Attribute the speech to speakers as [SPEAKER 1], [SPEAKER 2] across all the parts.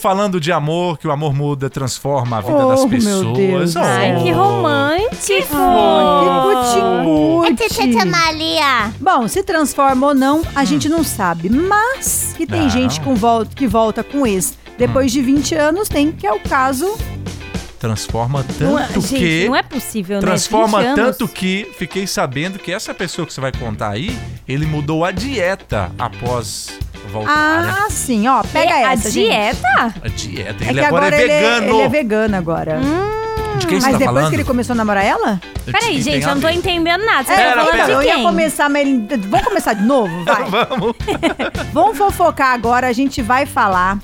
[SPEAKER 1] Falando de amor, que o amor muda, transforma a vida
[SPEAKER 2] Oh,
[SPEAKER 1] das
[SPEAKER 2] meu
[SPEAKER 1] pessoas.
[SPEAKER 2] Deus.
[SPEAKER 3] Ai, que
[SPEAKER 1] Oh.
[SPEAKER 3] romântico!
[SPEAKER 2] Que
[SPEAKER 4] É
[SPEAKER 2] cuticute.
[SPEAKER 4] tchê Maria.
[SPEAKER 2] Bom, se transforma ou não, a gente não sabe. Mas que tem
[SPEAKER 1] Não.
[SPEAKER 2] gente com volta, que volta com ex depois de 20 anos, tem, que é o caso.
[SPEAKER 1] Transforma
[SPEAKER 3] Não é-
[SPEAKER 1] tanto
[SPEAKER 3] gente,
[SPEAKER 1] que.
[SPEAKER 2] né?
[SPEAKER 3] não é possível,
[SPEAKER 1] Transforma
[SPEAKER 3] né? 20 anos.
[SPEAKER 1] tanto que fiquei sabendo que essa pessoa que você vai contar aí, ele mudou a dieta após voltar. né?
[SPEAKER 2] Ah, sim, ó, pega
[SPEAKER 3] É,
[SPEAKER 2] essa.
[SPEAKER 3] A
[SPEAKER 2] gente.
[SPEAKER 3] dieta?
[SPEAKER 1] A dieta.
[SPEAKER 2] É
[SPEAKER 1] ele
[SPEAKER 2] que agora,
[SPEAKER 1] agora é
[SPEAKER 2] ele, é,
[SPEAKER 1] vegano.
[SPEAKER 2] ele é vegano agora.
[SPEAKER 1] De quem você
[SPEAKER 2] Mas
[SPEAKER 1] tá
[SPEAKER 2] depois
[SPEAKER 1] falando?
[SPEAKER 2] que ele começou a namorar ela?
[SPEAKER 3] Peraí,
[SPEAKER 1] Tem
[SPEAKER 3] gente,
[SPEAKER 1] a
[SPEAKER 3] eu não tô
[SPEAKER 1] ver.
[SPEAKER 3] entendendo nada.
[SPEAKER 2] É,
[SPEAKER 3] Você
[SPEAKER 1] Pera,
[SPEAKER 3] tá falando
[SPEAKER 1] pera.
[SPEAKER 2] eu
[SPEAKER 3] de
[SPEAKER 2] ia
[SPEAKER 3] quem?
[SPEAKER 2] começar, mas ele- vamos começar de novo? Vai.
[SPEAKER 1] Vamos.
[SPEAKER 2] Vamos fofocar agora, a gente vai falar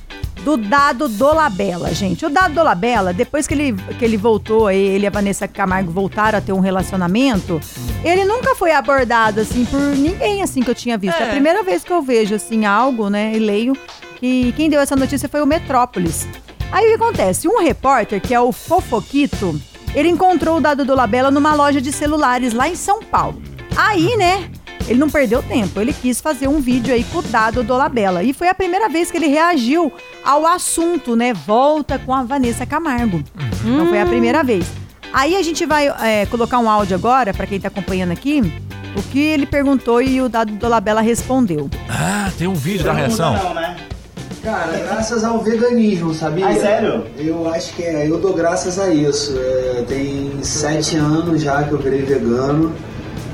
[SPEAKER 2] do Dado Dolabella, gente. O Dado Dolabella, depois que ele, que ele voltou aí, ele e a Vanessa Camargo voltaram a ter um relacionamento, ele nunca foi abordado, assim, por ninguém, assim, que eu tinha visto. É a primeira vez que eu vejo, assim, algo, né, e leio, que quem deu essa notícia foi o Metrópolis. Aí o que acontece? Um repórter, que é o Fofoquito, ele encontrou o Dado Dolabella numa loja de celulares lá em São Paulo. Aí, né, ele não perdeu tempo, ele quis fazer um vídeo aí com o Dado Dolabella. E foi a primeira vez que ele reagiu ao assunto, né? Volta com a Vanessa Camargo. Não foi a primeira vez. Aí a gente vai é, colocar um áudio agora, pra quem tá acompanhando aqui, o que ele perguntou e o Dado Dolabella respondeu.
[SPEAKER 1] Ah, tem um vídeo da reação.
[SPEAKER 5] Não, né?
[SPEAKER 6] Cara, graças ao veganismo, sabia?
[SPEAKER 5] Ah, sério?
[SPEAKER 6] Eu acho que é, eu dou graças a isso. É, tem sete anos já que eu virei vegano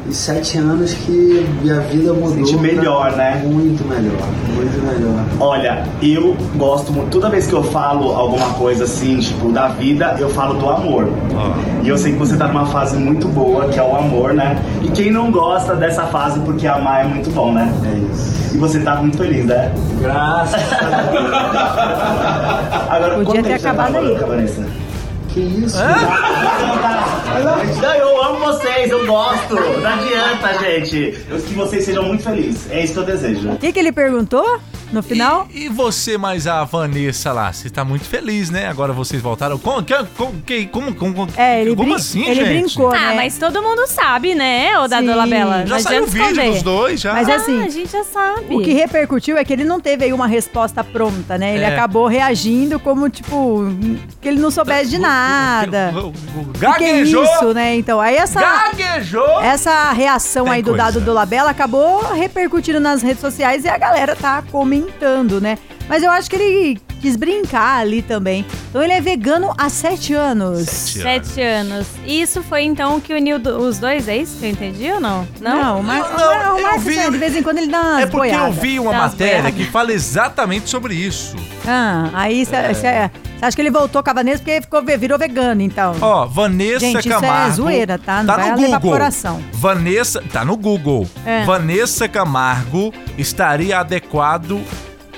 [SPEAKER 6] e sete anos que minha vida mudou.
[SPEAKER 5] Sente melhor, né?
[SPEAKER 6] Muito melhor, muito melhor.
[SPEAKER 5] Olha, eu gosto muito. Toda vez que eu falo alguma coisa assim, tipo, da vida, eu falo do amor.
[SPEAKER 6] Ah.
[SPEAKER 5] E eu sei que você tá numa fase muito boa, que é o amor, né? E quem não gosta dessa fase, porque amar é muito bom, né?
[SPEAKER 6] É isso.
[SPEAKER 5] E você tá muito feliz, né?
[SPEAKER 6] Graças a
[SPEAKER 5] Agora,
[SPEAKER 2] Podia ter
[SPEAKER 5] quanto tempo você tá
[SPEAKER 2] acabado
[SPEAKER 5] namorando
[SPEAKER 2] aí.
[SPEAKER 5] com a Vanessa?
[SPEAKER 6] Que isso?
[SPEAKER 5] Não, eu amo vocês, eu gosto. Não adianta, gente. Eu- Que vocês sejam muito felizes. É isso que eu desejo.
[SPEAKER 2] O que, que ele perguntou no final?
[SPEAKER 1] E, e você mais a Vanessa lá? Você tá muito feliz, né? Agora vocês voltaram. Como, que- como, que- como, como,
[SPEAKER 2] É, ele,
[SPEAKER 1] como
[SPEAKER 2] brin-
[SPEAKER 1] assim,
[SPEAKER 2] ele
[SPEAKER 1] gente?
[SPEAKER 2] brincou, né?
[SPEAKER 3] Ah, mas todo mundo sabe, né, ô da
[SPEAKER 2] Sim.
[SPEAKER 3] Dolabella?
[SPEAKER 1] Já
[SPEAKER 3] Não
[SPEAKER 1] saiu
[SPEAKER 3] adianta
[SPEAKER 1] o vídeo
[SPEAKER 3] esconder.
[SPEAKER 1] dos dois, já.
[SPEAKER 2] Mas é assim,
[SPEAKER 3] Ah, a gente já sabe.
[SPEAKER 2] O que repercutiu é que ele não teve aí uma resposta pronta, né? Ele
[SPEAKER 1] É.
[SPEAKER 2] acabou reagindo como, tipo, que ele não soubesse de nada. O que é
[SPEAKER 1] Gaguejou!
[SPEAKER 2] isso, É né? Então, aí essa,
[SPEAKER 1] Gaguejou!
[SPEAKER 2] essa reação
[SPEAKER 1] Tem
[SPEAKER 2] aí do
[SPEAKER 1] coisa.
[SPEAKER 2] dado do Labela acabou repercutindo nas redes sociais e a galera tá comentando, né? Mas eu acho que ele quis brincar ali também. Então ele é vegano há sete anos.
[SPEAKER 1] Sete
[SPEAKER 3] Sete anos. E isso foi então o que uniu do- os dois, é isso que eu entendi ou não? Não?
[SPEAKER 2] Não, mas,
[SPEAKER 1] Não,
[SPEAKER 2] mas o
[SPEAKER 1] eu
[SPEAKER 2] Marcos,
[SPEAKER 1] vi-
[SPEAKER 2] né, de vez em quando ele dá umas
[SPEAKER 1] É porque eu
[SPEAKER 2] boiadas.
[SPEAKER 1] vi uma
[SPEAKER 3] Dá umas
[SPEAKER 1] matéria
[SPEAKER 3] boiadas.
[SPEAKER 1] que fala exatamente sobre isso.
[SPEAKER 2] Ah, aí você
[SPEAKER 1] É.
[SPEAKER 2] acha que ele voltou com a Vanessa porque ficou, virou vegano, então.
[SPEAKER 1] Ó, Vanessa
[SPEAKER 2] Gente, isso é
[SPEAKER 1] Camargo.
[SPEAKER 2] zoeira, tá? Não
[SPEAKER 1] tá
[SPEAKER 2] vai
[SPEAKER 1] no
[SPEAKER 2] levar pro
[SPEAKER 1] Google.
[SPEAKER 2] coração.
[SPEAKER 1] Vanessa. Tá no Google.
[SPEAKER 2] É.
[SPEAKER 1] Vanessa Camargo estaria adequado.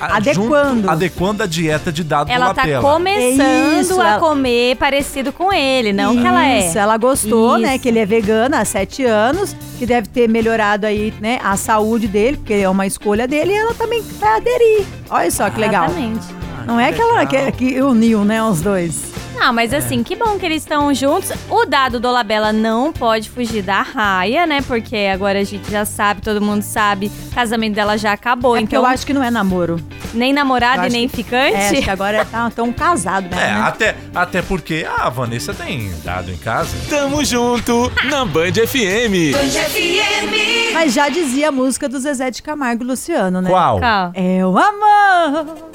[SPEAKER 1] a-
[SPEAKER 2] Adequando.
[SPEAKER 1] junto- adequando a dieta de dado
[SPEAKER 3] Ela tá
[SPEAKER 1] Lapela.
[SPEAKER 3] começando
[SPEAKER 2] É isso,
[SPEAKER 3] a
[SPEAKER 2] ela-
[SPEAKER 3] comer parecido com ele, não
[SPEAKER 2] Isso,
[SPEAKER 3] que ela é.
[SPEAKER 2] ela gostou, né?
[SPEAKER 3] Isso.
[SPEAKER 2] Que ele é vegano há sete anos, que deve ter melhorado aí, né, a saúde dele, porque é uma escolha dele, e ela também vai aderir. Olha só que é legal.
[SPEAKER 3] Exatamente.
[SPEAKER 2] Não é que ela que, que uniu, né, os dois.
[SPEAKER 3] Não, mas assim, que bom que eles estão juntos. O dado do Dolabella não pode fugir da raia, né? Porque agora a gente já sabe, todo mundo sabe, o casamento dela já acabou,
[SPEAKER 2] É porque
[SPEAKER 3] então
[SPEAKER 2] eu acho que não é namoro.
[SPEAKER 3] nem
[SPEAKER 2] eu
[SPEAKER 3] namorado e
[SPEAKER 2] acho
[SPEAKER 3] nem
[SPEAKER 2] que-
[SPEAKER 3] ficante.
[SPEAKER 2] É, acho que agora tá tão casado mesmo,
[SPEAKER 1] É,
[SPEAKER 2] né?
[SPEAKER 1] até, até porque ah, a Vanessa tem dado em casa.
[SPEAKER 2] Né?
[SPEAKER 7] Tamo junto na Band FM.
[SPEAKER 2] Mas já dizia a música do Zezé de Camargo e Luciano, né?
[SPEAKER 1] Qual?
[SPEAKER 3] Cal.
[SPEAKER 2] É o amor